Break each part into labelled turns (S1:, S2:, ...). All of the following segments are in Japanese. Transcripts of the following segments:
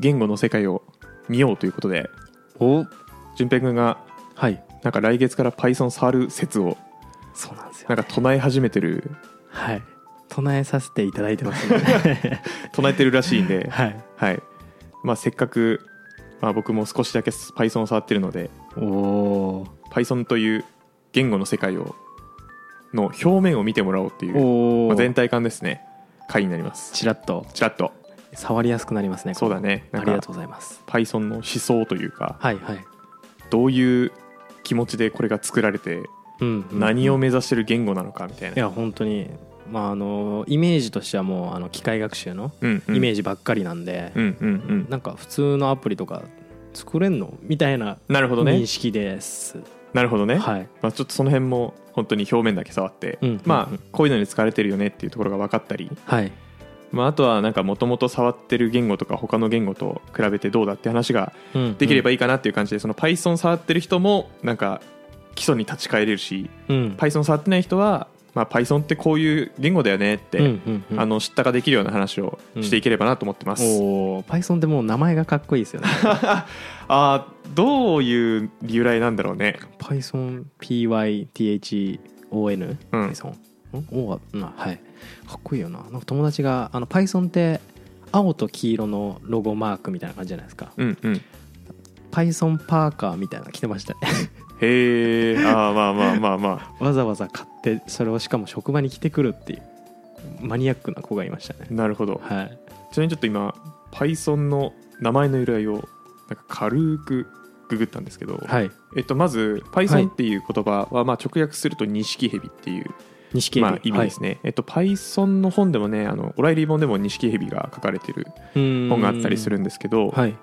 S1: 言語の世界を見ようということで
S2: お
S1: 淳平君が
S2: はい
S1: なんか来月から Python 触る説を
S2: そうなんですよ
S1: なんか唱え始めてる
S2: はい唱えさせていただいてます ね
S1: 唱えてるらしいんで、
S2: はい
S1: はいまあ、せっかく、まあ、僕も少しだけ Python を触ってるので
S2: おお
S1: Python という言語の世界をの表面を見てもらおうっていう、
S2: お
S1: ま
S2: お
S1: あ、全体感ですね回になります
S2: ちらっと
S1: ちらっと
S2: 触りやすくなりますね
S1: そうだねな
S2: これあ
S1: ん
S2: り
S1: か
S2: がとうございます
S1: Python の思想というか
S2: はいはい、
S1: どういう気持ちでこれが作られて
S2: うんうん
S1: 何を目指してる言語なのかみたい
S2: い
S1: な、
S2: や本当にまああのイメージとしてはもうあの機械学習の
S1: うんうん、
S2: イメー
S1: ジ
S2: ジばっかりなんで、
S1: うんうんうん
S2: なんか普通のアプリとか作れんのみたいな
S1: なるほどね
S2: 認識です、
S1: なるほどね、
S2: はい
S1: まあ、ちょっとその辺も本当に表面だけ触って、
S2: うんうんうん
S1: まあこういうのに使われてるよねっていうところが分かったり、
S2: はい
S1: まあ、あとはなんかもともと触ってる言語とか他の言語と比べてどうだって話ができれば
S2: い
S1: い
S2: い、
S1: いかなっていう感じでその Python 触ってる人もなんか基礎に立ち返れるし
S2: うん
S1: Python 触ってない人は、まあ、Python ってこういう言語だよねって、
S2: うんうんうん
S1: あの知ったかできるような話をしていければなと思ってます、
S2: おー Python ってもう名前がかっこいいですよね
S1: あーどういう由来なんだろうね
S2: PythonPYTHON、
S1: うん
S2: Python ん O は、うんはいかっこいいよななんか友達があの Python って青と黄色のロゴマークみたいな感じじゃないですか
S1: うんうん
S2: Python パーカーみたいなの着てましたね
S1: へえあーまあまあまあまあ
S2: わざわざ買ってそれをしかも職場に着てくるっていうマニアックな子がいましたね
S1: なるほど
S2: はい
S1: ちなみにちょっと今 Python の名前の由来をなんか軽くググったんですけど、
S2: はい
S1: えっと、まず
S2: はい
S1: Python っていう言葉はまあ直訳すると錦蛇っていう、
S2: 錦
S1: まあ、意味ですね、えっと、Python の本でもねあのオライリー本でも錦蛇が書かれてる
S2: 本
S1: 本があったりするんですけど、
S2: はい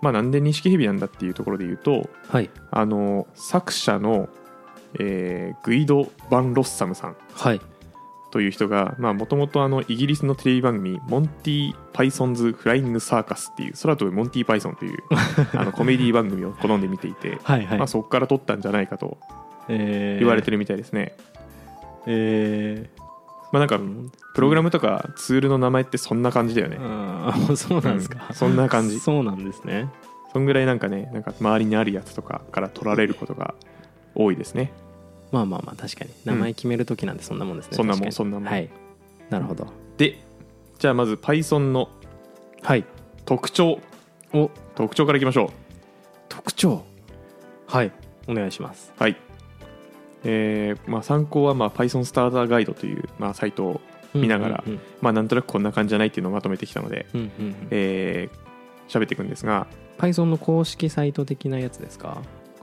S1: まあ、なんで錦蛇なんだっていうところで言うと
S2: はい
S1: あの作者の、えーグイド・バン・ロッサムさん
S2: はい
S1: という人がもともとイギリスのテレビ番組「モンティ・パイソンズ・フライング・サーカス」っていう空飛ぶモンティ・パイソンと いうあのコメディ番組を好んで見ていて、
S2: はいはい
S1: まあ、そこから撮ったんじゃないかと
S2: えー
S1: 言われてるみたいですね、
S2: え
S1: まあ、なん
S2: ー
S1: かプログラムとかツールの名前ってそんな感じだよね、
S2: あーそうなん ですか、
S1: うんそんな感じ
S2: そうなんですね
S1: そんぐらいなんかねなんか周りにあるやつとかから取られることが多いですね
S2: まあまあまあ確かに名前決める時なんてそんなもんですね、
S1: そんなもん
S2: 確かに
S1: そんなもん
S2: はいなるほど
S1: でじゃあまず Python の
S2: はい
S1: 特徴
S2: お
S1: 特徴からいきましょ
S2: 特徴はいお願いします
S1: うはいえーまあ、参考はまあ Python スターターガイドというまあサイトを見ながら
S2: うんうん
S1: まあ、なんとなくこんな感じじゃないっていうのをまとめてきたので、
S2: うんうんうん
S1: えー、喋っていくんですが
S2: Python の公式サイト的なやつですか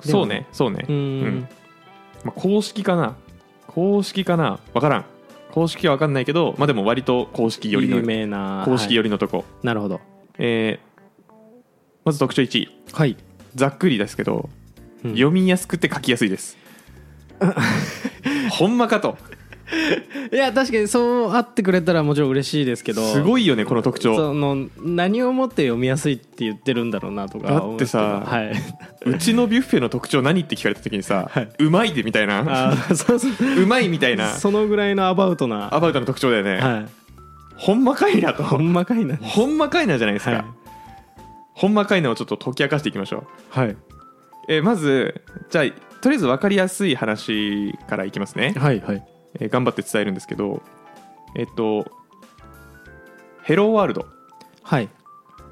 S2: では
S1: そうねそうね、
S2: うー
S1: うんんまあ、公式かな公式かな分からん公式は分かんないけど、まあ、でも割と公式寄り
S2: 有
S1: の
S2: 名な
S1: 公式寄
S2: よ
S1: りのとこ、
S2: りなるほど
S1: えーまず特徴1
S2: はい、
S1: ざっくりですけど、
S2: うん
S1: 読みやすくて書きやすいです ほんまかと
S2: いや確かにそうあってくれたらもちろん嬉しいですけど
S1: すごいよねこの特徴
S2: その何をもって読みやすいって言ってるんだろうなとか思うんですけど
S1: だってさ
S2: はい、
S1: うちのビュッフェの特徴何って聞かれた時にさ、
S2: はいう
S1: まいでみたいな
S2: あーそうそう
S1: うまいみたいな
S2: そのぐらいのアバウトな、
S1: アバウトの特徴だよね、
S2: は、
S1: ほんまかいない
S2: ほ
S1: と
S2: んまかいな
S1: ほんまかいなじゃないですか、
S2: はい、
S1: ほんまかいなをちょっと解き明かしていきましょう、
S2: はい
S1: えーまずじゃあとりあえず分かりやすい話からいきますね、
S2: はいはい
S1: えー頑張って伝えるんですけどえっと「ヘローワールド
S2: はい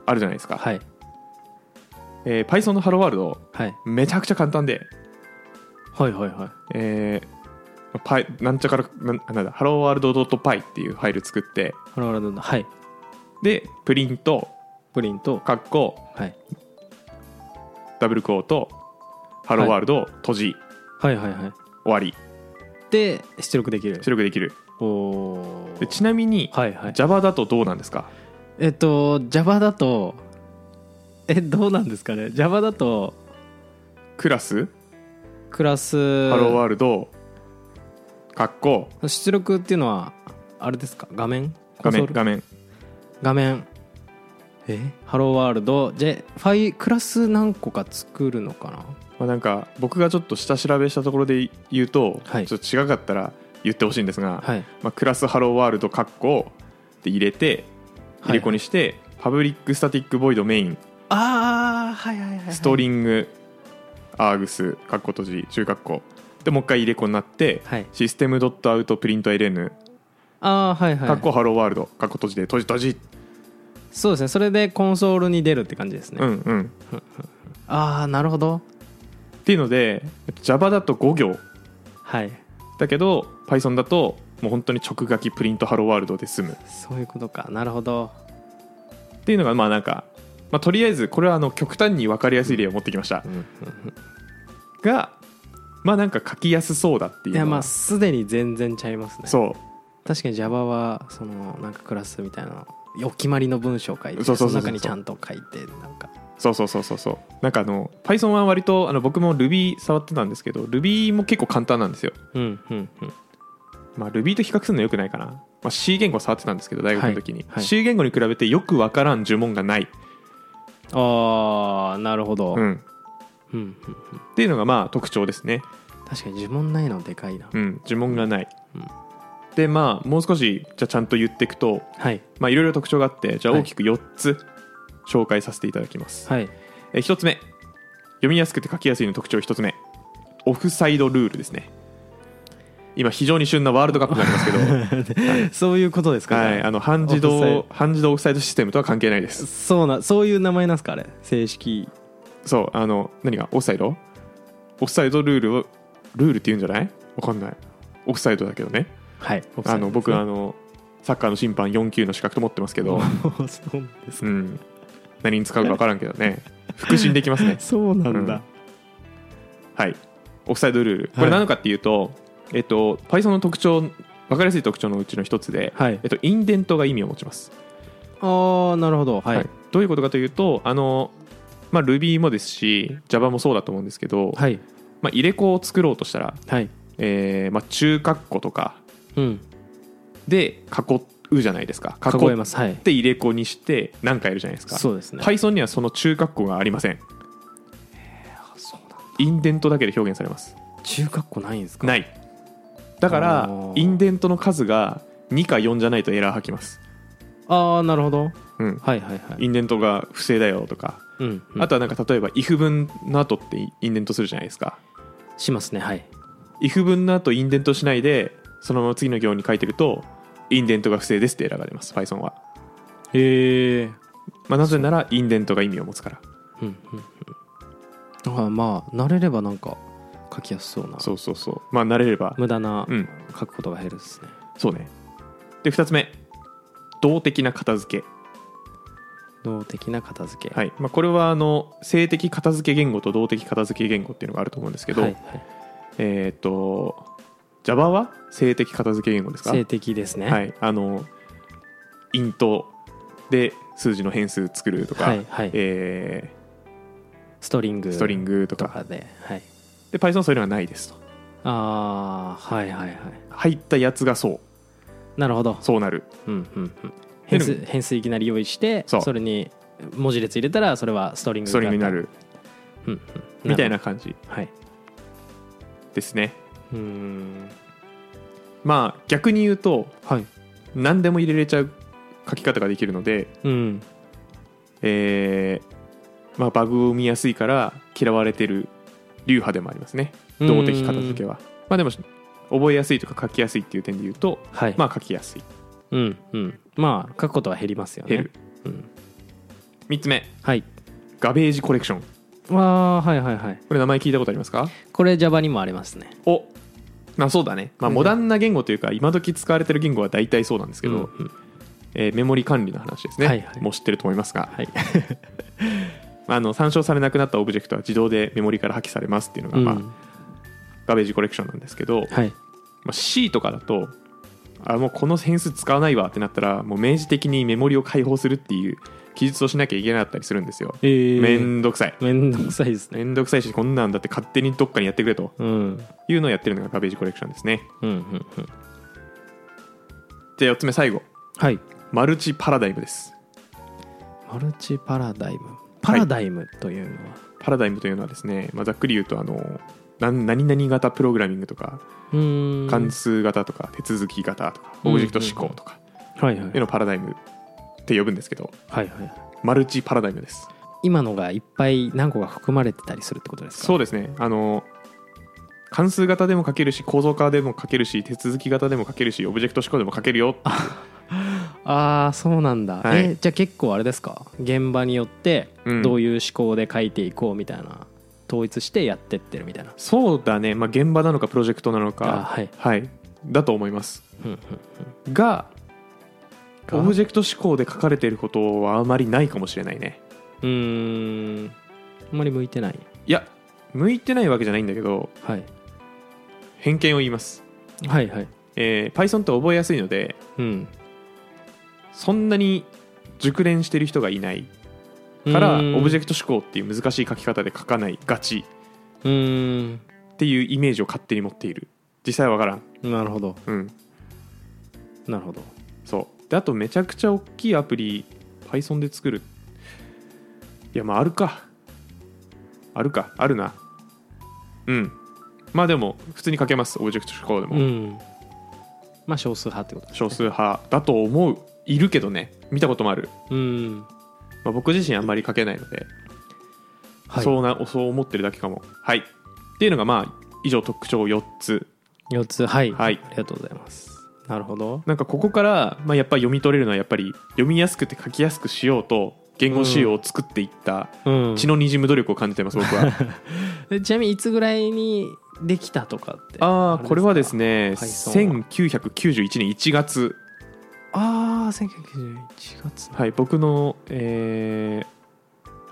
S1: あるじゃないですか、
S2: はい
S1: えー Python の「ハローワールド
S2: はい
S1: めちゃくちゃ簡単で、
S2: はいはいはい
S1: えーパイなんちゃからなんなんだハローワールド .py っていうファイル作って
S2: ハローラドのはい
S1: でプリント
S2: プリント
S1: カッコ
S2: はい
S1: ダブルコートハローワールド閉じ、
S2: はいはいはい
S1: 終わり
S2: で出力できる
S1: 出力できる
S2: おー
S1: でちなみに、
S2: はいはい
S1: Java だとどうなんですか
S2: えっと Java だとえどうなんですかね Java だと
S1: クラス、
S2: クラス
S1: ハローワールド、カッコ、
S2: 出力っていうのはあれですか画面
S1: 画面、
S2: コンソール
S1: 画面、
S2: 画面えハローワールドでファイクラス何個か作るのかな
S1: まあ、なんか僕がちょっと下調べしたところで言うと、
S2: はい
S1: ちょっと違かったら言ってほしいんですが、
S2: はい
S1: まあ、クラスハローワールド、カッコで入れて、
S2: はい
S1: 入れ子にして、パブリックスタティックボイドメイン、
S2: ああはいはいはい、はい、
S1: ストリングアーグスカッコ閉じ中括弧でもう一回入れ子になって、
S2: はい
S1: システムドットアウトプリント LN
S2: ああはいはい
S1: カッコハローワールドカッコ閉じで閉じ閉じ、
S2: そうですねそれでコンソールに出るって感じですね、
S1: うんうん
S2: ああなるほど
S1: っていうので Java だと5行
S2: はい
S1: だけど Python だともう本当に直書きプリントハローワールドで済む
S2: そういうことかなるほど
S1: っていうのがまあなんか、まあ、とりあえずこれはあの極端に分かりやすい例を持ってきましたがまあなんか書きやすそうだっていう
S2: い
S1: のは
S2: やまあすでに全然ちゃいますね
S1: そ
S2: 確かに Java はそのなんかクラスみたいなお決まりの文章を書いて
S1: そ
S2: そう
S1: そうそうそう
S2: の中にちゃんと書いてなんか
S1: うそうそうそうそうそうなんかあの Python は割とあの僕も Ruby 触ってたんですけど Ruby も結構簡単なんですよ、
S2: うんうんうん
S1: まあ、Ruby と比較するのよくないかな、まあ、C 言語触ってたんですけど大学の時に、
S2: はいはい
S1: C 言語に比べてよく分からん呪文がない、
S2: ああなるほど、
S1: う
S2: うん
S1: ん、
S2: うん
S1: っていうのがまあ特徴ですね
S2: 確かに呪文ないのでかいな、
S1: うん、呪文がない、
S2: うん
S1: でまあもう少しじゃあちゃんと言っていくと
S2: はい
S1: まあいろいろ特徴があってじゃあ
S2: はい
S1: 大きく4つ紹介させていただきます、
S2: はい
S1: え1つ目読みやすくて書きやすいの特徴1つ目オフサイドルールですね今非常に旬なワールドカップになりますけど、
S2: そういうことですか、
S1: はい、あの半自
S2: オフサイ
S1: 動半自動オフサイドシステムとは関係ないです
S2: そうなそういう名前なんですかあれ正式
S1: そうあの何がオフサイドオフサイドルールをルールって言うんじゃないわかんないオフサイドだけどね
S2: はい
S1: あの僕あのサッカーの審判4級の資格と思ってますけど
S2: そうです
S1: うん、何に使うか分からんけど ね復習できますね
S2: そうな
S1: うん
S2: んだ、
S1: はいオフサイドルールこれ
S2: はい
S1: なのかっていうと、えっと Python の特徴分かりやすい特徴のうちの一つで、
S2: はい
S1: えっと、インデントが意味を持ちます、
S2: ああなるほどはい
S1: はいどういうことかというとあの、まあ、Ruby もですし Java もそうだと思うんですけど、
S2: はい
S1: まあ、入れ子を作ろうとしたら、
S2: はい
S1: えーまあ、中括弧とか
S2: うん
S1: で囲うじゃないですか
S2: 囲えますすはい
S1: って入れ子にして何かやるじゃないですか
S2: そうですね
S1: Python にはその中括弧がありません
S2: そうなんだ
S1: インデントだけで表現されます
S2: 中学校ないんですか
S1: ないだから
S2: あー
S1: インデントの数が2か4じゃないとエラー吐きます、
S2: ああなるほど
S1: うん、
S2: はいはいはい
S1: インデントが不正だよとか、
S2: うん、
S1: あとはなんか例えば if 文の後ってインデントするじゃないですか
S2: しますねはい
S1: if 文の後インデントしないでそのまま次の行に書いてるとインデントが不正ですってエラーが出ます Python は、
S2: へえ
S1: まあ、なぜならインデントが意味を持つから
S2: うんうんうんだからまあ慣れればなんか書きやすそうな
S1: そうそうそうまあ慣れれば
S2: 無駄な
S1: うん
S2: 書くことが減るですね、
S1: そうねで2つ目動的な片付け
S2: 動的な片付け
S1: はいまあ、これはあの性的片付け言語と動的片付け言語っていうのがあると思うんですけど、
S2: はいはい
S1: えっ、と Java は性的片付け言語ですか
S2: 性的ですね
S1: はいあのイントで数字の変数作るとか、
S2: はいはい
S1: え
S2: ストリング
S1: ーストリングと
S2: と
S1: か
S2: かではい
S1: で Python はそういうのがないですと
S2: ああはいはいはい
S1: 入ったやつがそう
S2: なるほど
S1: そうなる
S2: うんうんうん変数
S1: で
S2: 変数いきなり用意して
S1: そう
S2: それに文字列入れたらそれはストリング
S1: ストリングになる
S2: うんうん
S1: みたいな感じ
S2: はい
S1: ですね
S2: うーん
S1: まあ逆に言うと
S2: はい
S1: 何でも入れれちゃう書き方ができるので
S2: うん
S1: えーまあ、バグを生みやすいから嫌われてる流派でもありますね動的片付けはまあでも覚えやすいとか書きやすいっていう点で言うと
S2: はい
S1: まあ書きやすい
S2: うんうんまあ書くことは減りますよね
S1: 減る、
S2: うん
S1: 3つ目
S2: はい
S1: ガベージコレクション
S2: わあはいはいはい
S1: これ名前聞いたことありますか
S2: これ Java にもありますね
S1: おまあそうだね、まあ、
S2: うん
S1: モダンな言語というか今時使われてる言語は大体そうなんですけど、
S2: うんうん
S1: えーメモリ管理の話ですね、
S2: はいはい
S1: もう知ってると思いますが、
S2: はい
S1: まあ、あの参照されなくなったオブジェクトは自動でメモリから破棄されますっていうのが、
S2: うん
S1: まあガベージコレクションなんですけど、
S2: はい
S1: まあ、C とかだとあもうこの変数使わないわってなったらもう明示的にメモリを解放するっていう記述をしなきゃいけなかったりするんですよ、
S2: えー
S1: めんどくさい
S2: めんどくさいですね
S1: めんどくさいしこんなんだって勝手にどっかにやってくれと
S2: うん
S1: いうのをやってるのがガベージコレクションですね
S2: うんうんうん
S1: じゃあ4つ目最後
S2: はい
S1: マルチパラダイムです
S2: マルチパラダイムパラダイムというのは、
S1: パラダイムというのはですね、まあ、ざっくり言うとあのなん何々型プログラミングとか
S2: うーん
S1: 関数型とか手続き型とかオブジェクト思考とか
S2: はいはい
S1: いうのをパラダイムって呼ぶんですけど
S2: はいはい
S1: マルチパラダイムです
S2: 今のがいっぱい何個が含まれてたりするってことですか
S1: そうですねあの関数型でも書けるし構造化でも書けるし手続き型でも書けるしオブジェクト思考でも書けるよ
S2: ああそうなんだ、
S1: はい
S2: えじゃあ結構あれですか現場によって
S1: うん
S2: どういう思考で書いていこうみたいな、統一してやってってるみたいな
S1: そうだね、まあ、現場なのかプロジェクトなの
S2: あ
S1: か
S2: はい
S1: はいだと思います
S2: うんうん
S1: が
S2: が
S1: オブジェクト思考で書かれていることはあまりないかもしれないね
S2: うーんあんまり向いてない
S1: いや向いてないわけじゃないんだけど
S2: はい
S1: 偏見を言います、
S2: はいはい
S1: えー Python って覚えやすいので
S2: うん
S1: そんなに熟練してる人がいないから
S2: うーん
S1: オブジェクト思考っていう難しい書き方で書かないがち
S2: うーん
S1: っていうイメージを勝手に持っている実際は分からん
S2: なるほど
S1: うん
S2: なるほど
S1: そうであとめちゃくちゃ大きいアプリ Python で作るいやまああるかあるかあるなうんまあでも普通に書けますオブジェクト思考で
S2: う
S1: も
S2: んまあ少数派ってことです
S1: 少
S2: ね
S1: 数派だと思ういるけどね見たこともある、
S2: うん
S1: まあ、僕自身あんまり書けないので、
S2: はい
S1: そうなそう思ってるだけかもはいっていうのがまあ以上特徴4つ
S2: 4つはい、
S1: はい
S2: ありがとうございますなるほど
S1: なんかここから、まあ、やっぱり読み取れるのはやっぱり読みやすくて書きやすくしようと言語仕様を作っていった
S2: うん
S1: 血のにじむ努力を感じてます僕 は
S2: えちなみにいつぐらいにできたとかって
S1: ああこれはです
S2: ね
S1: ね
S2: Python
S1: 1991年1月
S2: ああ1991月
S1: はい僕のえ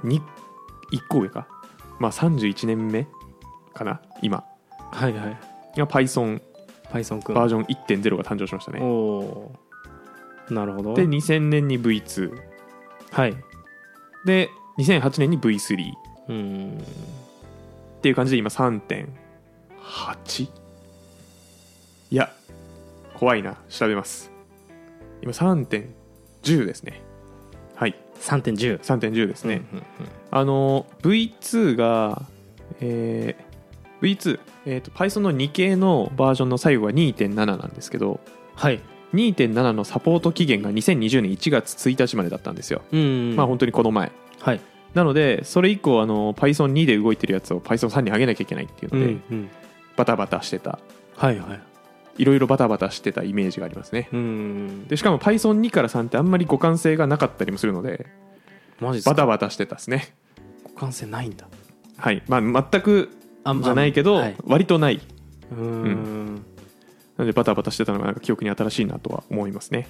S1: 1個上かまあ31年目かな今
S2: はいはい
S1: が Python
S2: Python くん
S1: バージョン1.0が誕生しましたね
S2: おーなるほど
S1: で2000年に V2
S2: はい
S1: で2008年に V3 っ
S2: うーん
S1: ていう感じで今3.8いや怖いな調べます今3.10ですねはい
S2: 3.10
S1: 3.10ですね、
S2: うんうん
S1: あの V2 が、えー V2、えーと Python の2系のバージョンの最後が2.7なんですけど
S2: はい
S1: 2.7のサポート期限が2020年1月1日までだったんですよ、
S2: うん
S1: まあ本当にこの前
S2: はい
S1: なのでそれ以降あの Python2 で動いてるやつを Python3 に上げなきゃいけないっていうので、
S2: うん
S1: バタバタしてた
S2: はいはい
S1: いろいろバタバタしてたイメージがありますね
S2: うん
S1: でしかも Python2 から3ってあんまり互換性がなかったりもするので
S2: マジっす
S1: バ
S2: か
S1: タバタしてたですね
S2: 股関性ないんだ
S1: はいまあ全く
S2: あ
S1: じゃないけど、
S2: はい
S1: 割とないう
S2: ーん
S1: なのでバタバタしてたのがなんか記憶に新しいなとは思いますね。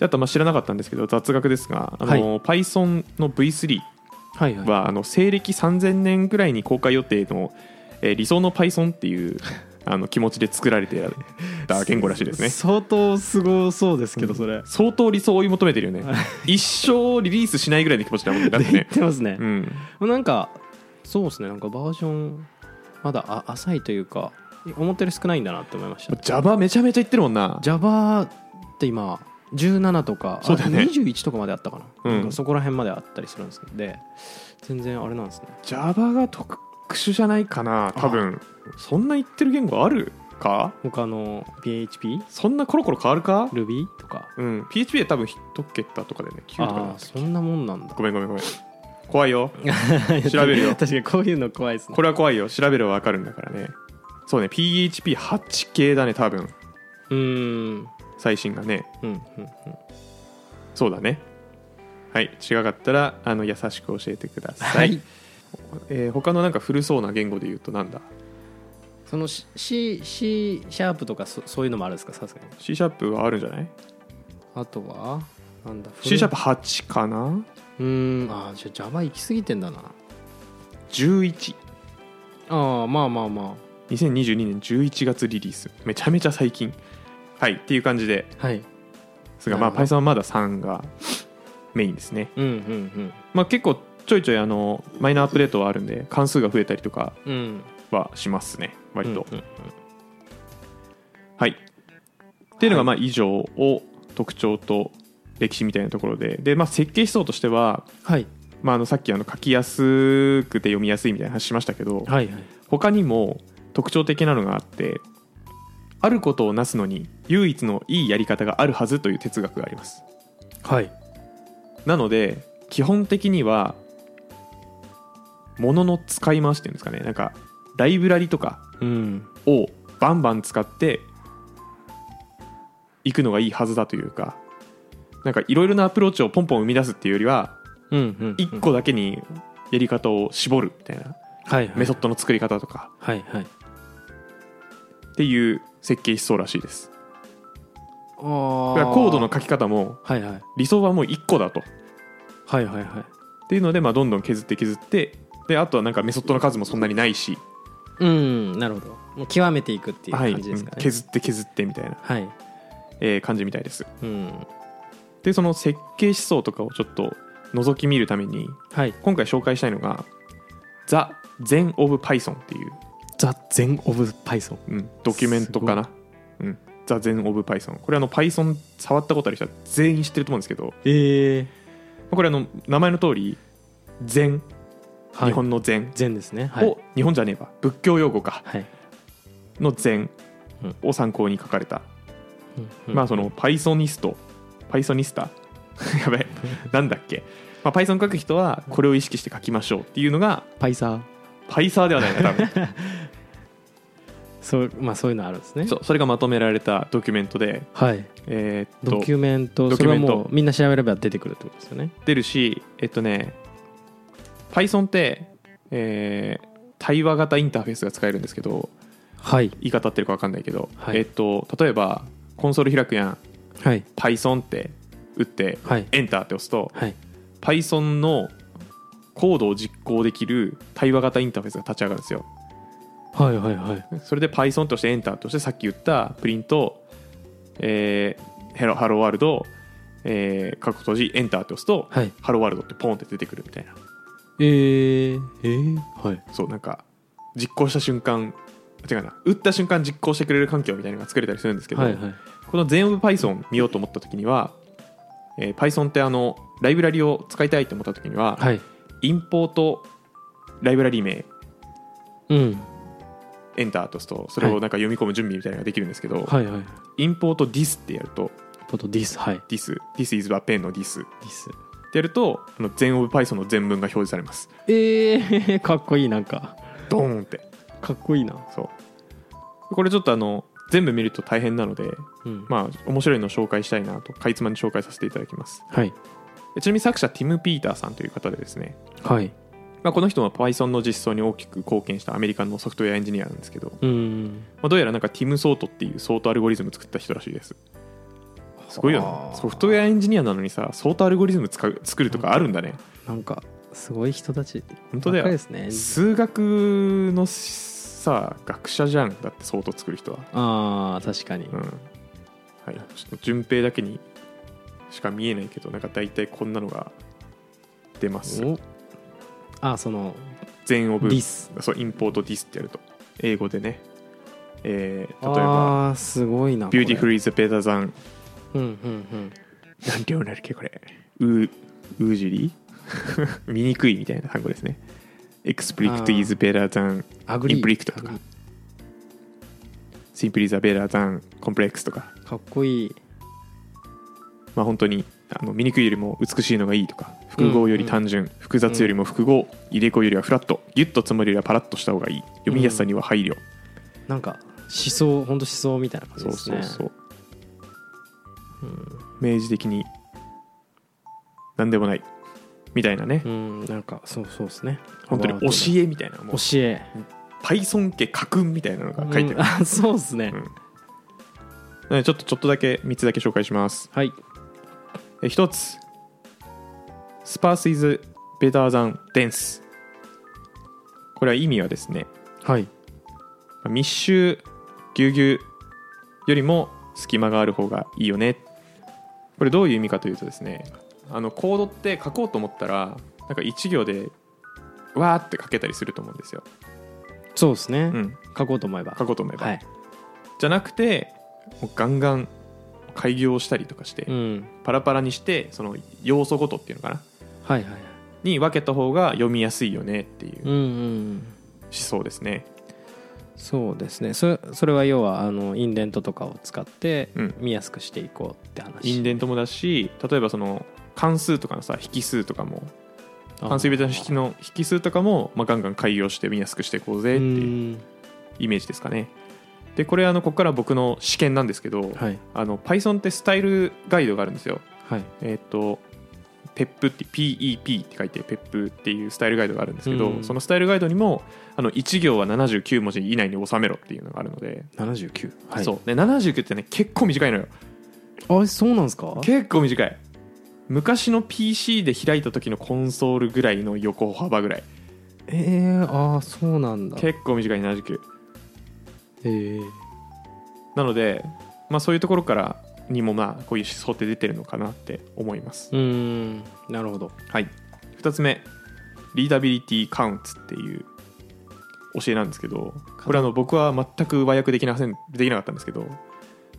S1: であとまあ知らなかったんですけど雑学ですがあの、Python の V3
S2: はいはい
S1: はあの西暦3000年ぐらいに公開予定の、えー理想の Python って いうあの気持ちで作られてた言語らしいですね。
S2: 相当すごそうですけどそれ
S1: 相当理想を追い求めてるよね。一生リリースしないぐらいの気持ちだもんね。だって
S2: 言っ
S1: ね。
S2: てますね
S1: うん、
S2: なんかそうですねなんかバージョンまだあ浅いというか思ったより少ないんだなって思いました
S1: Java めちゃめちゃ言ってるもんな。
S2: Java って今17とか、
S1: そうだよね
S2: あ21とかまであったかな,、
S1: うん
S2: なんかそこら辺まであったりするんですけどで全然あれなんですね
S1: Java が特殊じゃないかな多分そんな言ってる言語あるか
S2: 他の PHP、
S1: そんなコロコロ変わるか
S2: Ruby とか
S1: うん、PHP で多分1桁とかでね9とか
S2: あ
S1: だ
S2: あそんなもんなんだ
S1: ごめんごめんごめん怖いよ 調べるよ
S2: 確かにこういうの怖いですね
S1: これは怖いよ調べればわかるんだからねそうね PHP8 系だね多分
S2: うーん
S1: 最新がね
S2: うんうん
S1: そうだねはい違かったらあの優しく教えてください、
S2: はい
S1: えー他のなんか古そうな言語で言うとなんだ
S2: その C, C, C シャープとかそそういうのもあるんですかさすがに
S1: C シャープはあるんじゃない
S2: あとはなんだ
S1: C シャープ8かな
S2: うーんああじゃあ Java 行き過ぎてんだな
S1: 112022
S2: ああまあまあま
S1: 年11月リリースめちゃめちゃ最近はいっていう感じで
S2: あはい
S1: ですが、まあ、
S2: なるほ
S1: Python はまだ3がメインですね。
S2: うんうん
S1: まあ、結構ちょいちょいあのマイナーアップデートはあるんで関数が増えたりとか
S2: うんうん
S1: はしますね割と。
S2: うんうん
S1: はいっていうの
S2: は
S1: が
S2: い
S1: まあ以上を特徴と歴史みたいなところでで、まあ、設計思想としては、
S2: はい
S1: まあ、あのさっきあの書きやすくて読みやすいみたいな話しましたけど
S2: はいはい
S1: 他にも特徴的なのがあってあることをなすのに唯一のいいやり方があるはずという哲学があります。
S2: はい
S1: なので基本的にはものの使い回しっていうんですかねなんかライブラリとか
S2: うん
S1: をバンバン使っていくのがいいはずだというかなんかいろいろなアプローチをポンポン生み出すっていうよりは
S2: うんうん
S1: 1個だけにやり方を絞るみたいな
S2: はいはい
S1: メソッドの作り方とか
S2: はいはい
S1: っていう設計思想らしいです
S2: あ
S1: だから
S2: ー
S1: コードの書き方も
S2: はいはい
S1: 理想はもう1個だと
S2: はいはいはい
S1: っていうので、まあ、どんどん削って削ってであとはなんかメソッドの数もそんなにないし、
S2: うんなるほどもう極めていくっていう
S1: はい
S2: 感じですか
S1: うん
S2: ね
S1: 削って削ってみたいな、
S2: はい、
S1: えー感じみたいです
S2: うん
S1: でその設計思想とかをちょっと覗き見るために
S2: はい
S1: 今回紹介したいのが「The Zen of Python」っていう、
S2: 「ザ・全オブ・パイソン
S1: うんドキュメントかな「うん、The Zen of Python」これあの Python 触ったことある人は全員知ってると思うんですけど」
S2: ええ
S1: これあの名前の通り「禅」
S2: はい、
S1: 日本の禅
S2: 全ですね
S1: を、
S2: はい、
S1: 日本じゃねえわ仏教用語か
S2: はい
S1: の禅
S2: うん
S1: を参考に書かれた
S2: うん
S1: まあそのパイソニストパイソニスタ やべえなんだっけ、まあ、パイソン書く人はこれを意識して書きましょうっていうのが
S2: パイサー
S1: パイサーではないか多分
S2: そうまあそういうのあるんですね
S1: そうそれがまとめられたドキュメントで
S2: はい
S1: えー
S2: ド
S1: っ
S2: キ
S1: と
S2: ュメント
S1: ド
S2: そ
S1: キュ
S2: れは
S1: メント
S2: もうみんな調べれば出てくるってことですよね
S1: 出るしえっとねパイソンって、えー対話型インターフェースが使えるんですけど
S2: はい
S1: 言い方合ってるか分かんないけど、
S2: はい
S1: えっと例えばコンソール開くやん
S2: はい
S1: パイソンって打って
S2: はい
S1: エンターって押すと
S2: はい
S1: Python のコードを実行できる対話型インターフェースが立ち上がるんですよ。
S2: はいはいはい
S1: それで Python として Enter としてさっき言ったプリント、えー、ヘロハローワールド、えー、括弧閉じ Enter って押すと、
S2: はい
S1: ハローワールドってポンって出てくるみたいな。
S2: えー、えー、はい
S1: そうなんか実行した瞬間違うな打った瞬間実行してくれる環境みたいなのが作れたりするんですけど、
S2: はいはい
S1: この全 of Python 見ようと思った時には、えー Python ってあのライブラリを使いたいと思った時には、
S2: はい
S1: インポートライブラリ名
S2: うん
S1: エンターと押すとそれをなんか読み込む準備みたいなのができるんですけど、
S2: はいはい
S1: インポート this ってやると
S2: ポトディスはい
S1: this this is a pen の this っ
S2: ディス
S1: てやるとあの全 of Python の全文が表示されます
S2: えー、 かっこいいなんか
S1: ドーンって
S2: かっこいいな
S1: そうこれちょっとあの全部見ると大変なので
S2: うん
S1: まあ面白いのを紹介したいなとかいつまに紹介させていただきます
S2: はい
S1: でちなみに作者ティム・ピーターさんという方でですね、
S2: はい
S1: まあ、この人は Python の実装に大きく貢献したアメリカのソフトウェアエンジニアなんですけど、ま
S2: うん
S1: あ、どうやらなんかティム・ソートっていうソートアルゴリズム作った人らしいですすごいよ
S2: あ
S1: ね
S2: ー
S1: ソフトウェアエンジニアなのにさソートアルゴリズム使う作るとかあるんだね
S2: なんかすごい人たち
S1: 本当だよ
S2: ばっかりですね
S1: 数学のさ学者じゃんだって相当作る人は
S2: あー確かに
S1: うんはいちょっと順平だけにしか見えないけどなんか大体こんなのが出ます
S2: おあその
S1: 全オブ
S2: ディス
S1: そうインポートディスってやると英語でねえー例えば
S2: あーすごいな
S1: 「Beautiful
S2: リ
S1: is better than
S2: うんうん」
S1: なんて読んだっけこれうううじり 醜いみたいな単語ですね「Explict is better than
S2: うんアグリ
S1: インプリクトとか、シンプリザベラザンコンプレックスとか、
S2: かっこいい
S1: まあ、本当にあの醜いよりも美しいのがいいとか、複合より単純、複雑よりも複合、入れ子よりはフラット、ギュッと詰まるよりはパラッとした方がいい、読みやすさには配慮、
S2: なんか思想ほんと思想みたいな感じ
S1: そう
S2: です
S1: そ
S2: ね
S1: うそう、明示的に、なんでもない、みたいなね、
S2: うんなんかそうそうですね
S1: 本当に教
S2: え
S1: えみたいな、もう
S2: 教、え
S1: Python 家家訓みたいなのが書いてある。
S2: うんあそうですね、
S1: うんなのでちょっとちょっとだけ3つだけ紹介します。
S2: はい
S1: え一つ、スパース is better than dense。これは意味はですね、
S2: はい
S1: 密集、ぎゅうぎゅうよりも隙間がある方がいいよね。これどういう意味かというとですね、あのコードって書こうと思ったら、なんか1行でわーって書けたりすると思うんですよ。
S2: そうですね、
S1: うん、
S2: 書こうと思えば
S1: 書こうと思えば。
S2: はい
S1: じゃなくて、もうガンガン開業したりとかして、
S2: うん
S1: パラパラにして、その要素ごとっていうのかな。
S2: はいはいはい
S1: に分けた方が読みやすいよねっていう思
S2: うんうん
S1: 想ですね。
S2: そうですねそれそれは要はあのインデントとかを使って
S1: うん
S2: 見やすくしていこうって話、
S1: インデントもだし例えばその関数とかのさ引数とかも淡水ベタの引きの引き数とかも、まあ、ガンガン改良して見やすくしていこうぜっていうイメージですかねでこれあのここから僕の試験なんですけど、
S2: はい
S1: あの Python ってスタイルガイドがあるんですよ
S2: はい
S1: えっ、と PEP って PEP って書いて PEP っていうスタイルガイドがあるんですけど、
S2: うん
S1: そのスタイルガイドにもあの1行は79文字以内に収めろっていうのがあるので、
S2: 79はい
S1: そうで79ってね結構短いのよ
S2: あそうなんですか
S1: 結構短い昔の PC で開いた時のコンソールぐらいの横幅ぐらい
S2: えー、ああそうなんだ
S1: 結構短い79
S2: えー、
S1: なので、まあ、そういうところからにもまあこういう思想って出てるのかなって思います、
S2: うーんなるほど
S1: はい2つ目リーダビリティカウンツっていう教えなんですけどこれあの僕は全く和訳できなせんできなかったんですけど、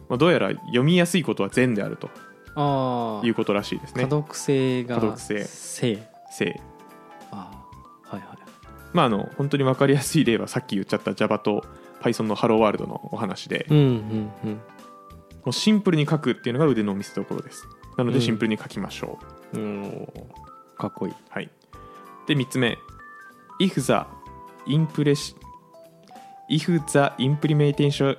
S1: まあ、どうやら読みやすいことは善であると
S2: ああ
S1: いうことらしいです
S2: 可
S1: ね
S2: 読性が
S1: 可読性
S2: 性
S1: 性
S2: ああはいはい
S1: まああの本当に分かりやすい例はさっき言っちゃった Java と Python のハローワールドのお話で、
S2: うんうんうん
S1: もうシンプルに書くっていうのが腕の見せ所ですなの
S2: う
S1: で
S2: ん
S1: シンプルに書きましょう、
S2: うんかっこいい
S1: はい、で3つ目 If the impress- If the implementation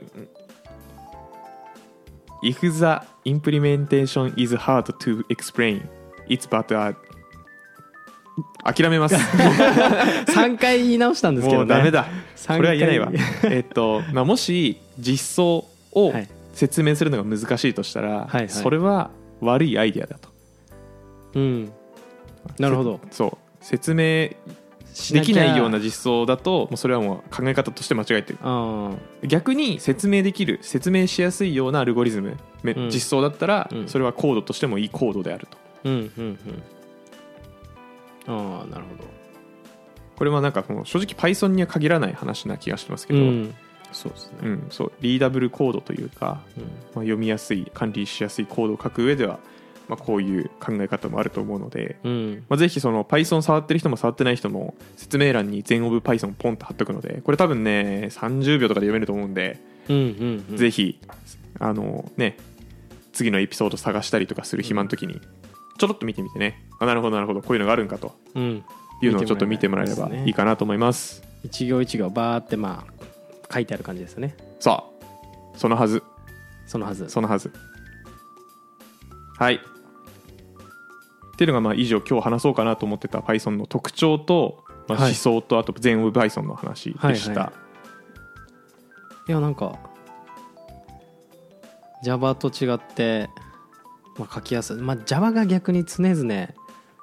S1: If the implementation is hard to explain it's but a 諦 めます
S2: 3回言い直したんですけど、
S1: もう
S2: ね、
S1: ダメだこ
S2: 三
S1: れは
S2: 回
S1: 言えない わえっと、まあ、もし実装を
S2: はい
S1: 説明するのが難しいとしたら、
S2: はいはい
S1: それは悪いアイディアだと
S2: うんなるほど
S1: そう説明できないような実装だともうそれはもう考え方として間違えてる
S2: あ
S1: 逆に説明できる説明しやすいようなアルゴリズム、め
S2: うん
S1: 実装だったら、
S2: うん
S1: それはコードとしてもいいコードであると
S2: ーうんうんうんああなるほど
S1: これはなんかもう正直 Python には限らない話な気がしてますけ
S2: う
S1: ど、うん
S2: ん、そうですね、
S1: そうリーダブルコードというか、
S2: うん
S1: まあ、読みやすい管理しやすいコードを書く上では、まあ、こういう考え方もあると思うので、
S2: うん、
S1: まあ、ぜひその Python 触ってる人も触ってない人も説明欄に全オブ Python ポンと貼っとくのでこれ多分ね30秒とかで読めると思うんで
S2: うんうんうん
S1: ぜひあのね次のエピソード探したりとかする暇の時にちょろっと見てみてねあなるほどなるほどこういうのがあるんかと
S2: うん、
S1: いうのをちょっと見てもらえればいいかなと思います
S2: 一行一行バーってまあ書いてある感じですね
S1: さあそのはず
S2: そのはず
S1: そのはずはいっていうのがまあ以上今日話そうかなと思ってた Python の特徴と、まあ
S2: はい
S1: 思想とあと全部 Python の話でした、
S2: はいいやなんか Java と違って、まあ、書きやすい、まあ、Java が逆に常々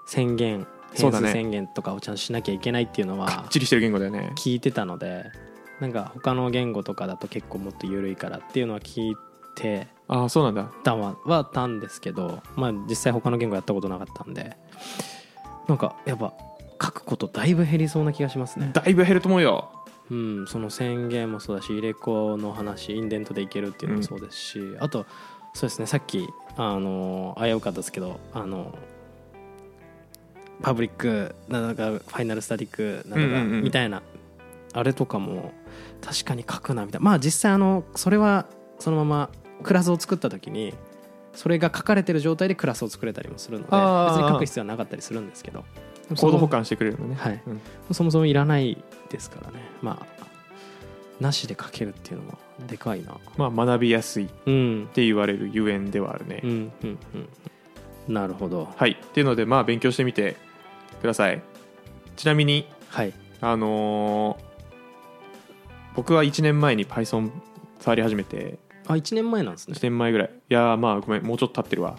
S2: 宣言
S1: そう
S2: 変
S1: だね
S2: 数宣言とかをちゃんとしなきゃいけないっていうの
S1: か
S2: は
S1: っちりしてる言語だよね
S2: 聞いてたのでなんか他の言語とかだと結構もっと緩いからっていうのは聞いて
S1: ああそうなんだ
S2: たははたんですけど、まあ、実際他の言語やったことなかったんでなんかやっぱ書くことだいぶ減りそうな気がしますね。
S1: だいぶ減ると思うよ
S2: うん、その宣言もそうだし入れ子の話インデントでいけるっていうのもそうですし、あとそうですねさっきあの危うかったですけどあのパブリックなんだかファイナルスタティックなんだか
S1: うんうんうん
S2: みたいな、あれとかも確かに書くなみたいなまあ実際あのそれはそのままクラスを作った時にそれが書かれてる状態でクラスを作れたりもするので別
S1: あー
S2: に書く必要はなかったりするんですけど
S1: コード保管してくれるのね
S2: はい
S1: うん
S2: そもそもいらないですからねまあなしで書けるっていうのはでかいな
S1: まあ学びやすい
S2: うん
S1: って言われるゆえんではあるね、
S2: うんうんうんなるほど
S1: はいっていうのでまあ勉強してみてくださいちなみに
S2: はい
S1: あのー僕は1年前に Python 触り始めて
S2: あ1年前なんですね
S1: 1年前ぐらいいやーまあごめんもうちょっと経ってるわ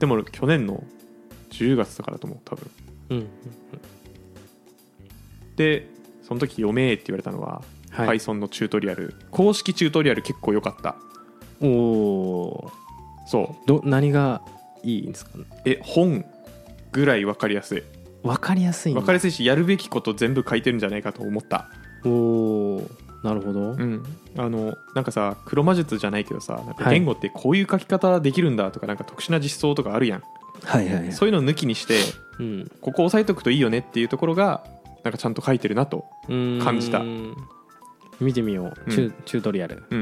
S1: でも去年の10月だからと思う多分
S2: うんうん
S1: でその時読めーって言われたのは、
S2: はい
S1: Python のチュートリアル公式チュートリアル結構良かった
S2: おお
S1: そ
S2: ーど何がいいんですかね
S1: うえ本ぐらい分かりやすい
S2: 分かりやすいんだ
S1: 分かりやすいしやるべきこと全部書いてるんじゃないかと思った
S2: おおなるほど
S1: うん、あのなんかさ黒魔術じゃないけどさなんか
S2: はい
S1: 言語ってこういう書き方できるんだとか,、なんか特殊な実装とかあるやん、
S2: はいはい
S1: そういうの抜きにして
S2: うん
S1: ここ押さえとくといいよねっていうところがなんかちゃんと書いてるなと、
S2: うーん
S1: 感じた
S2: 見てみよう、チュチュートリアル
S1: うん、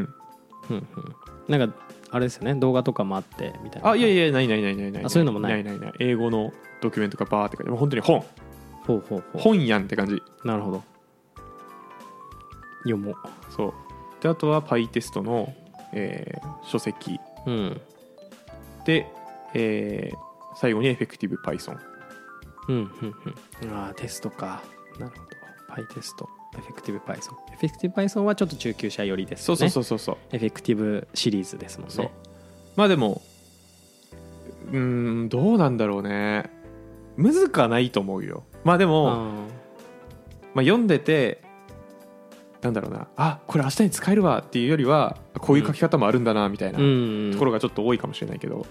S2: うんうんなんかあれですよね動画とかもあってみたいな
S1: あいやいやないないないないない
S2: あそういうのもない
S1: ないないない英語のドキュメントがバーって書いてもう本当に本
S2: ほうほうほ
S1: 本やんって感じ
S2: うなるほど読も
S1: そうであとはパイテストの、えー書籍
S2: ううん
S1: で、えー最後にエフェクティブ Python
S2: うんうんうんああテストかなるほどパイテストエフェクティブ Python エフェクティブ Python はちょっと中級者寄りです
S1: そ
S2: よ
S1: う
S2: ね
S1: そうそうそうそう、
S2: エフェクティブシリーズですもんね
S1: そうまあでもうーんどうなんだろうねむずくはないと思うよまあで
S2: あ
S1: も、
S2: ー
S1: まあ、読んでてなんだろうなあこれ明日に使えるわっていうよりはこういう書き方もあるんだなみたいな
S2: うん
S1: と
S2: うん
S1: ころがちょっと多いかもしれないけど、ま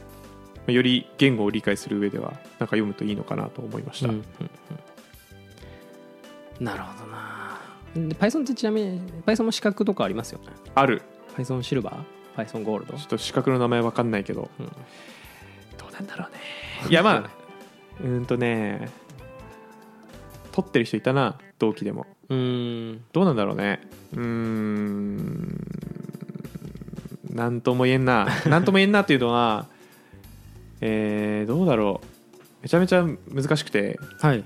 S1: あより言語を理解する上ではなんか読むといいのかなと思いました、
S2: うんうんうんなるほどなで Python ってちなみに Python も資格とかありますよね
S1: ある
S2: Python シルバー Python ゴールド
S1: ちょっと資格の名前わかんないけど
S2: うん
S1: どうなんだろうねいやまあうーんとね取ってる人いたな同期でも
S2: うーん
S1: どうなんだろうねうーんなんとも言えん ななんとも言えんなっていうのはえーどうだろうめちゃめちゃ難しくて
S2: はい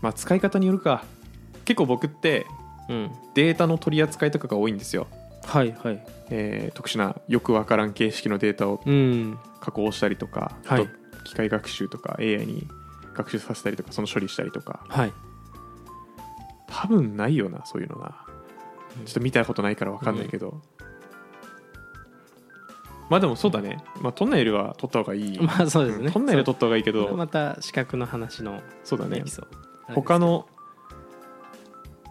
S1: まあ使い方によるか結構僕って
S2: うん
S1: データの取り扱いとかが多いんですよ、
S2: はいはい
S1: えー特殊なよくわからん形式のデータを
S2: うん
S1: 加工したりとか、
S2: はい
S1: あと機械学習とか AI に学習させたりとかその処理したりとか
S2: はい
S1: 多分ないよなそういうのなちょっと見たことないから分かんないけど、まあでもそうだね、まあ、取んないよりは取った方がいい、
S2: まあそうですね
S1: 取んないよりは取った方がいいけ
S2: それ
S1: ど
S2: また資格の話の
S1: そうだね
S2: エピソードあれです
S1: 他の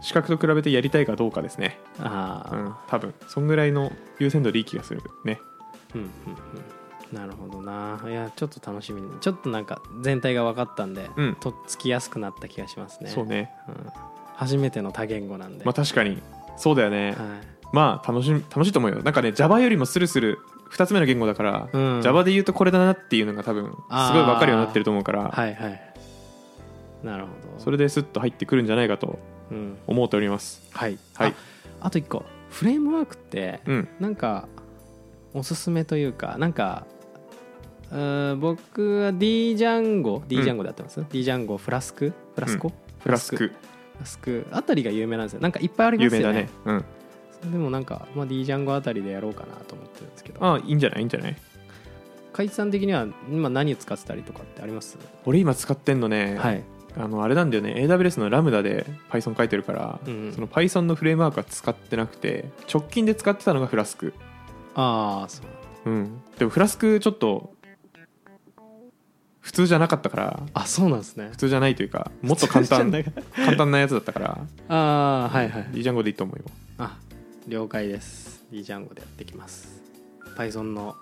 S1: 資格と比べてやりたいかどうかですね、
S2: あ
S1: う
S2: あ
S1: ん、多分そんぐらいの優先度でいい気がするね
S2: うんうんうんなるほどないやちょっと楽しみにちょっとなんか全体が分かったんで、
S1: うん
S2: とっつきやすくなった気がしますね
S1: そうね
S2: うん初めての多言語なんで、
S1: まあ確かにそうだよね、
S2: はい、
S1: まあ楽しみ楽しいと思うよなんかね Java よりもスルスル2つ目の言語だから、
S2: うん
S1: Java で言うとこれだなっていうのが多分すごい
S2: あー
S1: 分かるようになってると思うから、
S2: はいはいなるほど
S1: それですっと入ってくるんじゃないかと
S2: うん
S1: 思っております
S2: はい、
S1: はい
S2: ああと1個フレームワークって
S1: うん
S2: なんかおすすめというかなんかうーん僕は D ジャンゴ D ジャンゴでやってます、D ジャンゴフラスクフラスコ、
S1: フラスク
S2: フラスクあたりが有名なんですよなんかいっぱいありま
S1: 有
S2: す
S1: 名
S2: よ
S1: だ
S2: ね
S1: ねうん
S2: でもなんか、まあ、D ジャンゴあたりでやろうかなと思ってるんですけど
S1: ああいいんじゃないいいんじゃない
S2: 海一さん的には今何使ってたりとかってあります
S1: 俺今使ってんのね、
S2: はい
S1: あのあれなんだよね AWS のラムダで Python 書いてるから、
S2: うんうん
S1: その Python のフレームワークは使ってなくて直近で使ってたのがフラスク
S2: ああそう
S1: うんでもフラスクちょっと普通じゃなかったから
S2: あそうなんですね
S1: 普通じゃないというかもっと簡単簡単なやつだったから
S2: ああはいはい
S1: いいジャンゴでいいと思うよ
S2: あ了解ですいいジャンゴでやってきます Python の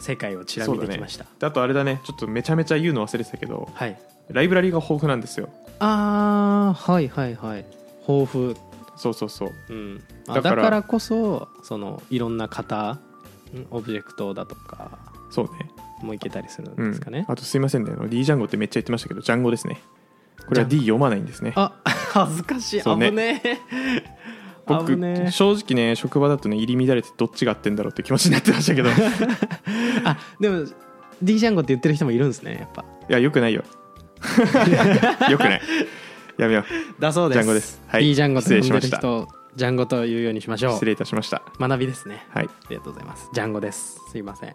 S2: 世界をちら見てきました、
S1: であとあれだねちょっとめちゃめちゃ言うの忘れてたけど
S2: はい
S1: ライブラリが豊富なんですよ
S2: ああはいはいはい豊富
S1: そうそうそう
S2: うんあ
S1: だ
S2: だ
S1: か
S2: かららこそそのいろんな型んオブジェクトだとか
S1: そうね
S2: もいけたりするん
S1: うん
S2: ですかね、
S1: あとすいませんねあの D ジャンゴってめっちゃ言ってましたけどジャンゴですねこれは D 読まないんですね
S2: あ恥ずかしい
S1: そうね
S2: 危ねえ
S1: 僕
S2: 危ねえ
S1: 正直ね職場だとね入り乱れてどっちが合ってんだろうって気持ちになってましたけ どい
S2: あでも D ジャンゴって言ってる人もいるんですねやっぱ
S1: やよくない よよくないやめよ
S2: だそうで
S1: ジ
S2: す
S1: ャンゴですはい
S2: D ジャンゴと呼んでる
S1: 失礼しました
S2: 人をジャンゴというようにしまし
S1: う
S2: ょう
S1: 失礼いたしました
S2: 学びですね
S1: はい
S2: ありがとうございますジャンゴですすいません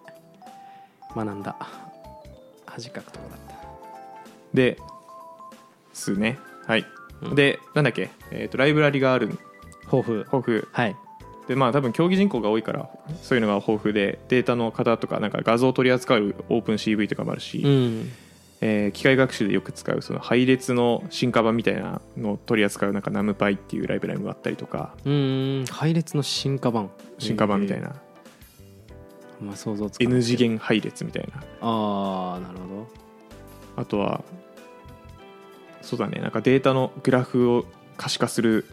S2: 学んだ恥かくとこだっ
S1: ですねはい、
S2: うん
S1: でなんだっけ、えー、とライブラリがある
S2: た豊富
S1: 豊富
S2: はい
S1: でまあ多分競技人口が多いからそういうのが豊富でデータの型とかなんか画像を取り扱うオープン CV とかもあるし、
S2: うん
S1: えー機械学習でよく使うその配列の進化版みたいなのを取り扱うなんか NumPy っていうライブラリもあったりとか
S2: うーん配列の進化版
S1: 進化版みたい
S2: な、
S1: な、
S2: えーまあ、想像つかない
S1: N 次元配列みたいな
S2: ああなるほど
S1: あとはそうだねなんかデータのグラフを可視化する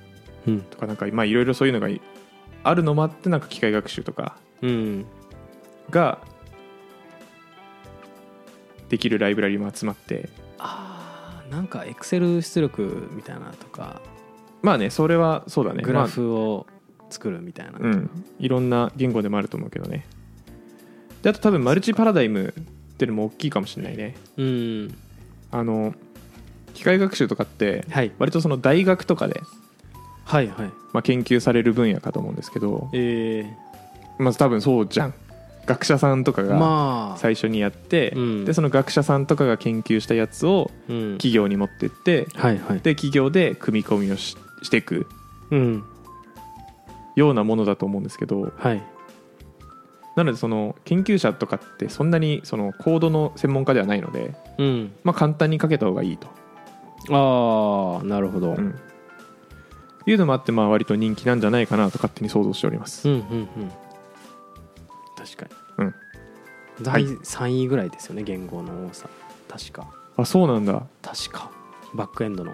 S2: うん
S1: とかなんかまあいろいろそういうのがいあるのもあってなんか機械学習とか
S2: うん
S1: ができるライブラリも集まって
S2: あーなんかエクセル出力みたいなとか
S1: まあねそれはそうだね
S2: グラフを作るみたいな、
S1: まあうん、いろんな言語でもあると思うけどねであと多分マルチパラダイムっていうのも大きいかもしれないね
S2: うん
S1: あの機械学習とかって
S2: はい
S1: 割とその大学とかで、
S2: はいはい
S1: まあ、研究される分野かと思うんですけど
S2: え
S1: まあ多分そうじゃん学者さんとか
S2: ー、
S1: が
S2: まあ、
S1: 最初にやって、
S2: うん
S1: でその学者さんとかが研究したやつを
S2: うん、
S1: 企業に持ってって
S2: はいはい
S1: で企業で組み込みをししていく
S2: うん
S1: ようなものだと思うんですけど
S2: はい
S1: なのでその研究者とかってそんなにそのコードの専門家ではないので、
S2: うん
S1: まあ、簡単に書けた方がいいと、
S2: ああなるほど、う、
S1: うんんいうのもあってまあ割と人気なんじゃないかなと勝手に想像しております、
S2: うんうん確かに
S1: うん
S2: 第3位ぐらいですよね言語の多さ確か
S1: あそうなんだ
S2: 確かバックエンドの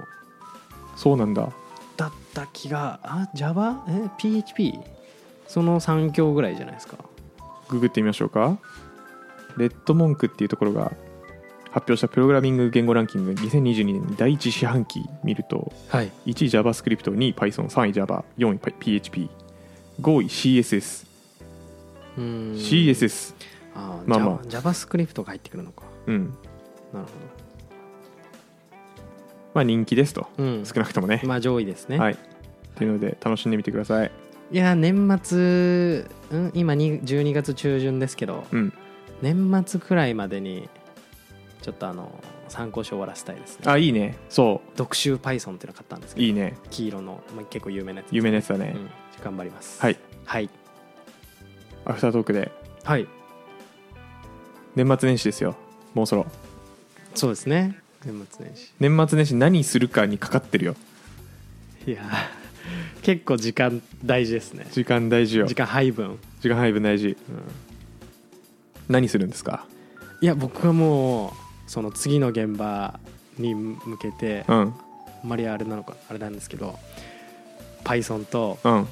S1: そうなんだ
S2: だった気があ Java? え PHP? その3強ぐらいじゃないですか
S1: ググってみましょうかレッドモンクっていうところが発表したプログラミング言語ランキング2022年に第1四半期見ると
S2: はい
S1: 1位 JavaScript2 位 Python3 位 Java4 位 PHP5 位 CSS、
S2: うん
S1: CSS
S2: あ
S1: まあ
S2: まあ
S1: ま
S2: まあ JavaScript が入ってくるのか
S1: うん
S2: なるほ
S1: まあ人気ですと
S2: どうん
S1: 少なくともね、
S2: まあ上位ですね、、
S1: はいいっていうので楽しんでみてください
S2: やー年末、うん、今に12月中旬ですけど
S1: うん
S2: 年末くらいまでにちょっとあの参考書終わらせたいですね
S1: あいいねそ
S2: 読集 Python っていうの買ったんです
S1: う
S2: けど
S1: いいね
S2: 黄色の、まあ、結構有名なやつ、
S1: 有名なやつだね、
S2: うん、頑張ります
S1: はい
S2: はい
S1: アフタートークで
S2: はい
S1: 年末年始ですよもうそろ
S2: そうですね年末年始
S1: 年末年始何するかにかかってるよ
S2: いやー 結構時間大事ですね
S1: 時間大事よ
S2: 時間配分
S1: 時間配分大事、何するんですか
S2: いや僕はもうその次の現場に向けて
S1: う
S2: あ
S1: ん
S2: んまりあれなのかあれなんですけど Python と
S1: うん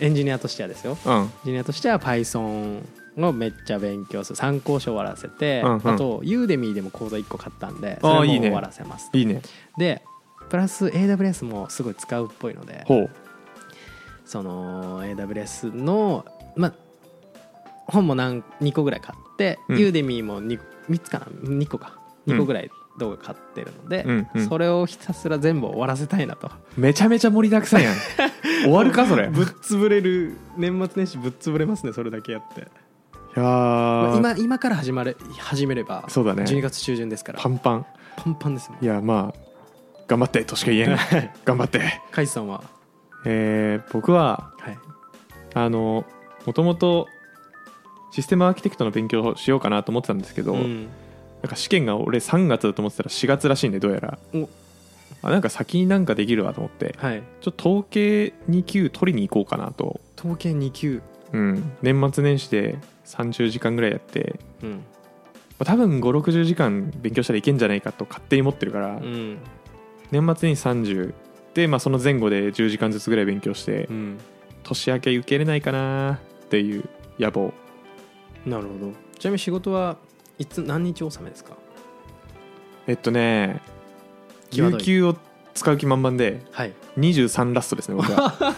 S2: エンジニアとしてはですよ
S1: うん
S2: エンジニアとしては Python をめっちゃ勉強する参考書終わらせて、
S1: うんうん
S2: あと Udemy でも講座1個買ったんでそれも
S1: いいね
S2: 終わらせます
S1: いいね
S2: でプラス AWS もすごい使うっぽいので
S1: ほう
S2: その AWS の、ま、本も何2個ぐらい買って、
S1: うん
S2: ユーデミーも 2, 3つかな2個か2個ぐらい動画買ってるので、
S1: うんうん
S2: それをひたすら全部終わらせたいなと
S1: めちゃめちゃ盛りだくさ んやん終わるかそれい
S2: ぶっ潰れる年末年始ぶっ潰れますねそれだけやって
S1: やー
S2: 今今から始まれ始めれば
S1: そうだね
S2: 12月中旬ですから
S1: パンパン
S2: パンパンですもん
S1: いやまあ頑張ってとしか 言えない頑張って
S2: カイさんは
S1: えー僕は
S2: はい
S1: あのもともとシステムアーキテクトの勉強をしようかなと思ってたんですけど、
S2: うん
S1: なんか試験が俺3月だと思ってたら4月らしいんでどうやら
S2: お
S1: あなんか先になんかできるわと思って
S2: はい
S1: ちょっと統計2級取りに行こうかなと、
S2: 統計2級
S1: うん、年末年始で30時間ぐらいやって、
S2: うん
S1: まあ多分560時間勉強したらいけんじゃないかと勝手に思ってるから、
S2: うん
S1: 年末に30で、まあ、その前後で10時間ずつぐらい勉強して、
S2: うん
S1: 年明け受けれないかなっていう野望
S2: なるほどちなみに仕事はいつ何日納めですか
S1: えっとね
S2: 際ど
S1: 有
S2: い
S1: 給を使う気満々で
S2: はい
S1: 23ラストですね僕 は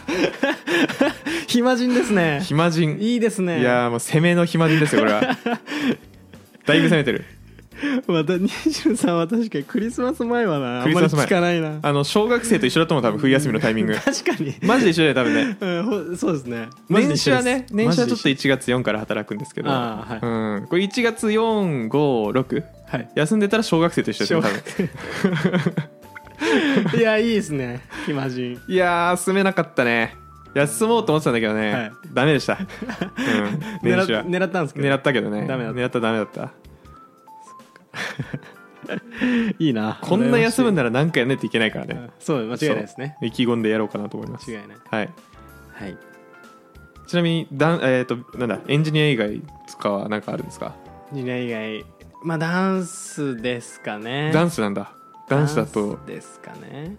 S2: 暇人ですね
S1: 暇人
S2: いいですね
S1: いやーもう攻めの暇人ですよこれ はだいぶ攻めてる
S2: また23は確かにクリスマス前はなあ
S1: ク
S2: ん
S1: リス
S2: ま
S1: マ
S2: り
S1: ス前
S2: 聞かないな
S1: あの小学生と一緒だと思う多分冬休みのタイミング
S2: 確かに、
S1: マジで一緒だよ多分ね
S2: うん、ほそうですね
S1: 年始はね年始はちょっと
S2: い
S1: 1月4から働くんですけど
S2: あー
S1: うん、これ1月456
S2: はい
S1: 休んでたら小学生と一緒ですよ多分
S2: いやいいですね暇人
S1: いやー住めなかったね休もうと思ってたんだけどね、
S2: はい
S1: ダメで した、うん、年
S2: 狙っ
S1: 始は
S2: 狙ったんですけど
S1: 狙ったけどね
S2: ダメだった
S1: 狙ったらダメだった
S2: いいな
S1: こんな休むん
S2: だ
S1: なら何かやんないといけないからね
S2: そう間違いないですね
S1: そう意気込んでやろうかなと思います
S2: 間違いない
S1: はい、
S2: はい
S1: ちなみにだん、えー、となんだエンジニア以外とかは何かあるんですか
S2: 二年以外まあダンスですかね
S1: ダンスなんだダンスだと
S2: ダンスですかね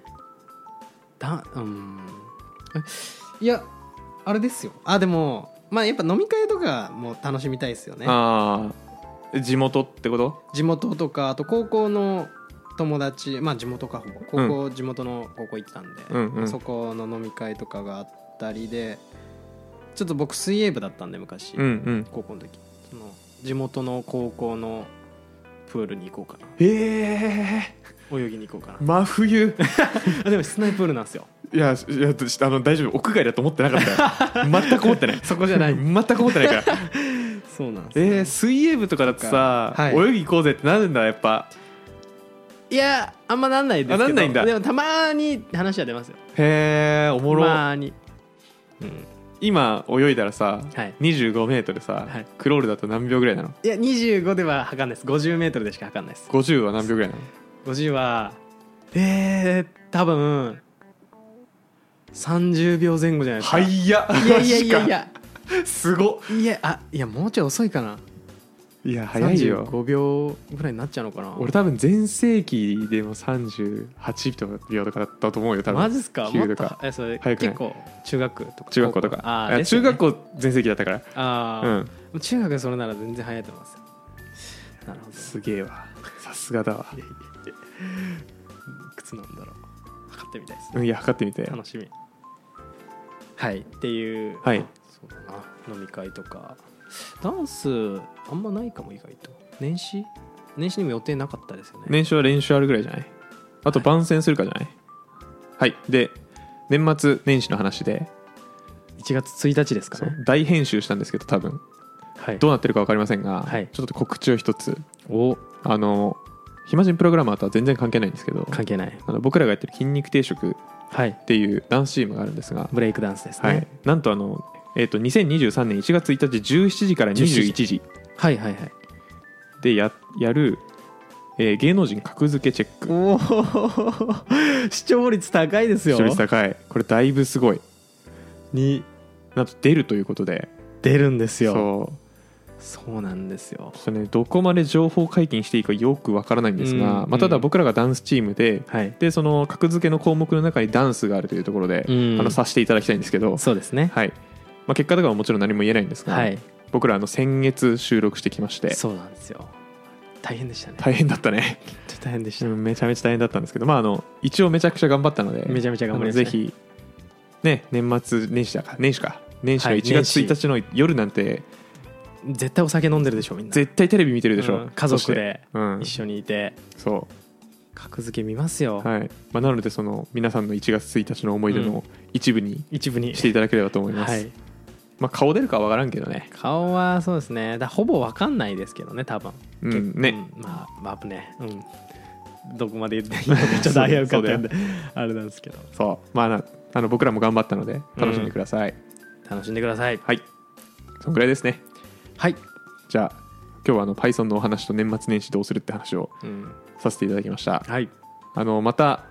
S2: ダンうんえいやあれですよあでもまあやっぱ飲み会とかも楽しみたいですよね
S1: ああ地元ってこと
S2: 地元とかあと高校の友達まあ地元かほぼ高校、地元の高校行ってたんで、
S1: うんうん
S2: そこの飲み会とかがあったりでちょっと僕水泳部だったんで昔、
S1: うんうん
S2: 高校の時その地元の高校のプールに行こうかな
S1: へえ
S2: 泳ぎに行こ うかな
S1: 真冬
S2: あでも室内プールなんですよ
S1: いやいや私あの大丈夫屋外だと思ってなか ったよ全く思ってない
S2: そこじゃない
S1: 全く思ってない から
S2: そうなんですよ、
S1: えー、水泳部とかだとさ、
S2: はい
S1: 泳ぎ行こうぜってなるんだやっぱ
S2: いやあんまなんないですけど
S1: あなんないんだ
S2: でもたまに話は出ますよ
S1: へえお
S2: た
S1: もろ、
S2: まに、うん、
S1: 今泳いだらさ、
S2: はい
S1: 2 5ルさ、
S2: はい
S1: クロールだと何秒ぐらいなの
S2: いや25では測かんないです5 0ルでしか測かんないです
S1: 50は何秒ぐらいなの
S2: 50はえー、多分30秒前後じゃないですか、
S1: 早っい
S2: いやいやいやいや
S1: すご
S2: いやあいやもうちょい遅いかない
S1: や早いよ
S2: 35秒ぐらいになっちゃうのかな
S1: 俺多分全盛期でも38秒とかだったと思うよ多分
S2: マジっすか
S1: 9
S2: もっ
S1: とか
S2: とえそれ
S1: 早くない
S2: 結構中学とか
S1: 中学校とか
S2: あ
S1: い
S2: ー
S1: や
S2: です
S1: 中
S2: よね
S1: 学校全盛期だったから
S2: あ
S1: う
S2: ー
S1: ん
S2: 中学でそれなら全然早いと思いますよなるほど
S1: すげえわさすがだわ
S2: いくつなんだろう測ってみたいです
S1: う
S2: ね
S1: んいや測ってみて
S2: 楽しみはいっていう
S1: はい
S2: そうだな飲み会とかダンスあんまないかも意外と年始年始にも予定なかったですよね
S1: 年始は練習あるぐらいじゃないあと番宣するかじゃないはいで年末年始の話で
S2: 1月1日ですかね
S1: 大編集したんですけど多分
S2: はい
S1: どうなってるか分かりませんが、
S2: はい
S1: ちょっと告知を一つ
S2: お
S1: あの暇人プログラマーとは全然関係ないんですけど
S2: 関係ない
S1: あの僕らがやってる筋肉定食
S2: はい
S1: っていうダンスチームがあるんですが、
S2: ブレイクダンスですね、
S1: はい、なんとあの、えー、と2023年1月1日17時から21時
S2: はいはいはい
S1: でややる、えー芸能人格付けチェック
S2: おお視聴率高いですよ
S1: 視聴率高いこれだいぶすごいになんと出るということで
S2: 出るんですよ
S1: そう
S2: そうなんですよ
S1: ちょっとねどこまで情報解禁していいかよくわからないんですが、
S2: うん
S1: まあ、ただ
S2: うん
S1: 僕らがダンスチームで
S2: はい、
S1: でその格付けの項目の中にダンスがあるというところで、
S2: うん
S1: あのさせていただきたいんですけど、
S2: そうですね
S1: はいまあ、結果とかはもちろん何も言えないんですが、
S2: はい
S1: 僕らあの先月収録してきまして
S2: そうなんですよ大変でしたね
S1: 大変だったね
S2: ちょっと大変でし
S1: う
S2: た、
S1: んめちゃめちゃ大変だったんですけど、まあ、あの一応めちゃくちゃ頑張ったので
S2: めちゃめちゃ頑張りま
S1: あ
S2: し
S1: のぜ
S2: たね
S1: ひ、ね、年末年始だか年始か年始の
S2: はい
S1: 1月
S2: 年始
S1: 1日の夜なんて、
S2: 絶対お酒飲んでるでしょみんな
S1: 絶対テレビ見てるでしょ、
S2: うん家族で
S1: そしてうん
S2: 一緒にいて
S1: そ
S2: 格付け見ますよ、
S1: うはいまあ、なのでその皆さんの1月1日の思い出
S2: うん
S1: の一部に
S2: 一部に
S1: していただければと思います、
S2: はい
S1: まあ、顔出るかは分からんけどね
S2: 顔はそうですねだほぼわかんないですけどね多分
S1: うん
S2: 結構
S1: ね
S2: うんまあまあ危ねうんどこまで言っていいのかちょっと危うかったんで あれなんですけど
S1: そうまあなあの僕らも頑張ったので楽しんでください、
S2: 楽しんでください
S1: はいそんぐらいですね
S2: はい、
S1: じゃあ今日はあの Python のお話と年末年始どうするって話を
S2: うん、
S1: させていただきました
S2: はい
S1: あのまた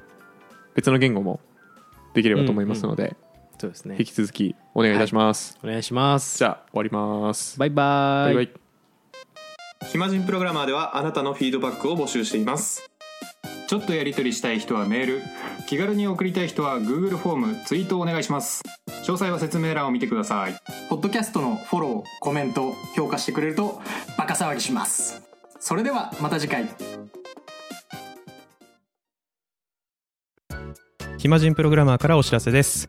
S1: 別の言語もできればと思いますので、
S2: そうですね
S1: 引き続きお願いいたします、
S2: お願いします
S1: じゃあ終わります
S2: バイバイ
S1: バイバイ暇人プログラマーではあなたのフィードバックを募集しています
S3: ちょっとやり取りしたい人はメール気軽に送りたい人は Google フォームツイートをお願いします詳細は説明欄を見てください
S4: ポッドキャストのフォロー、コメント、評価してくれるとバカ騒ぎします。それではまた次回。
S5: 暇人プログラマーからお知らせです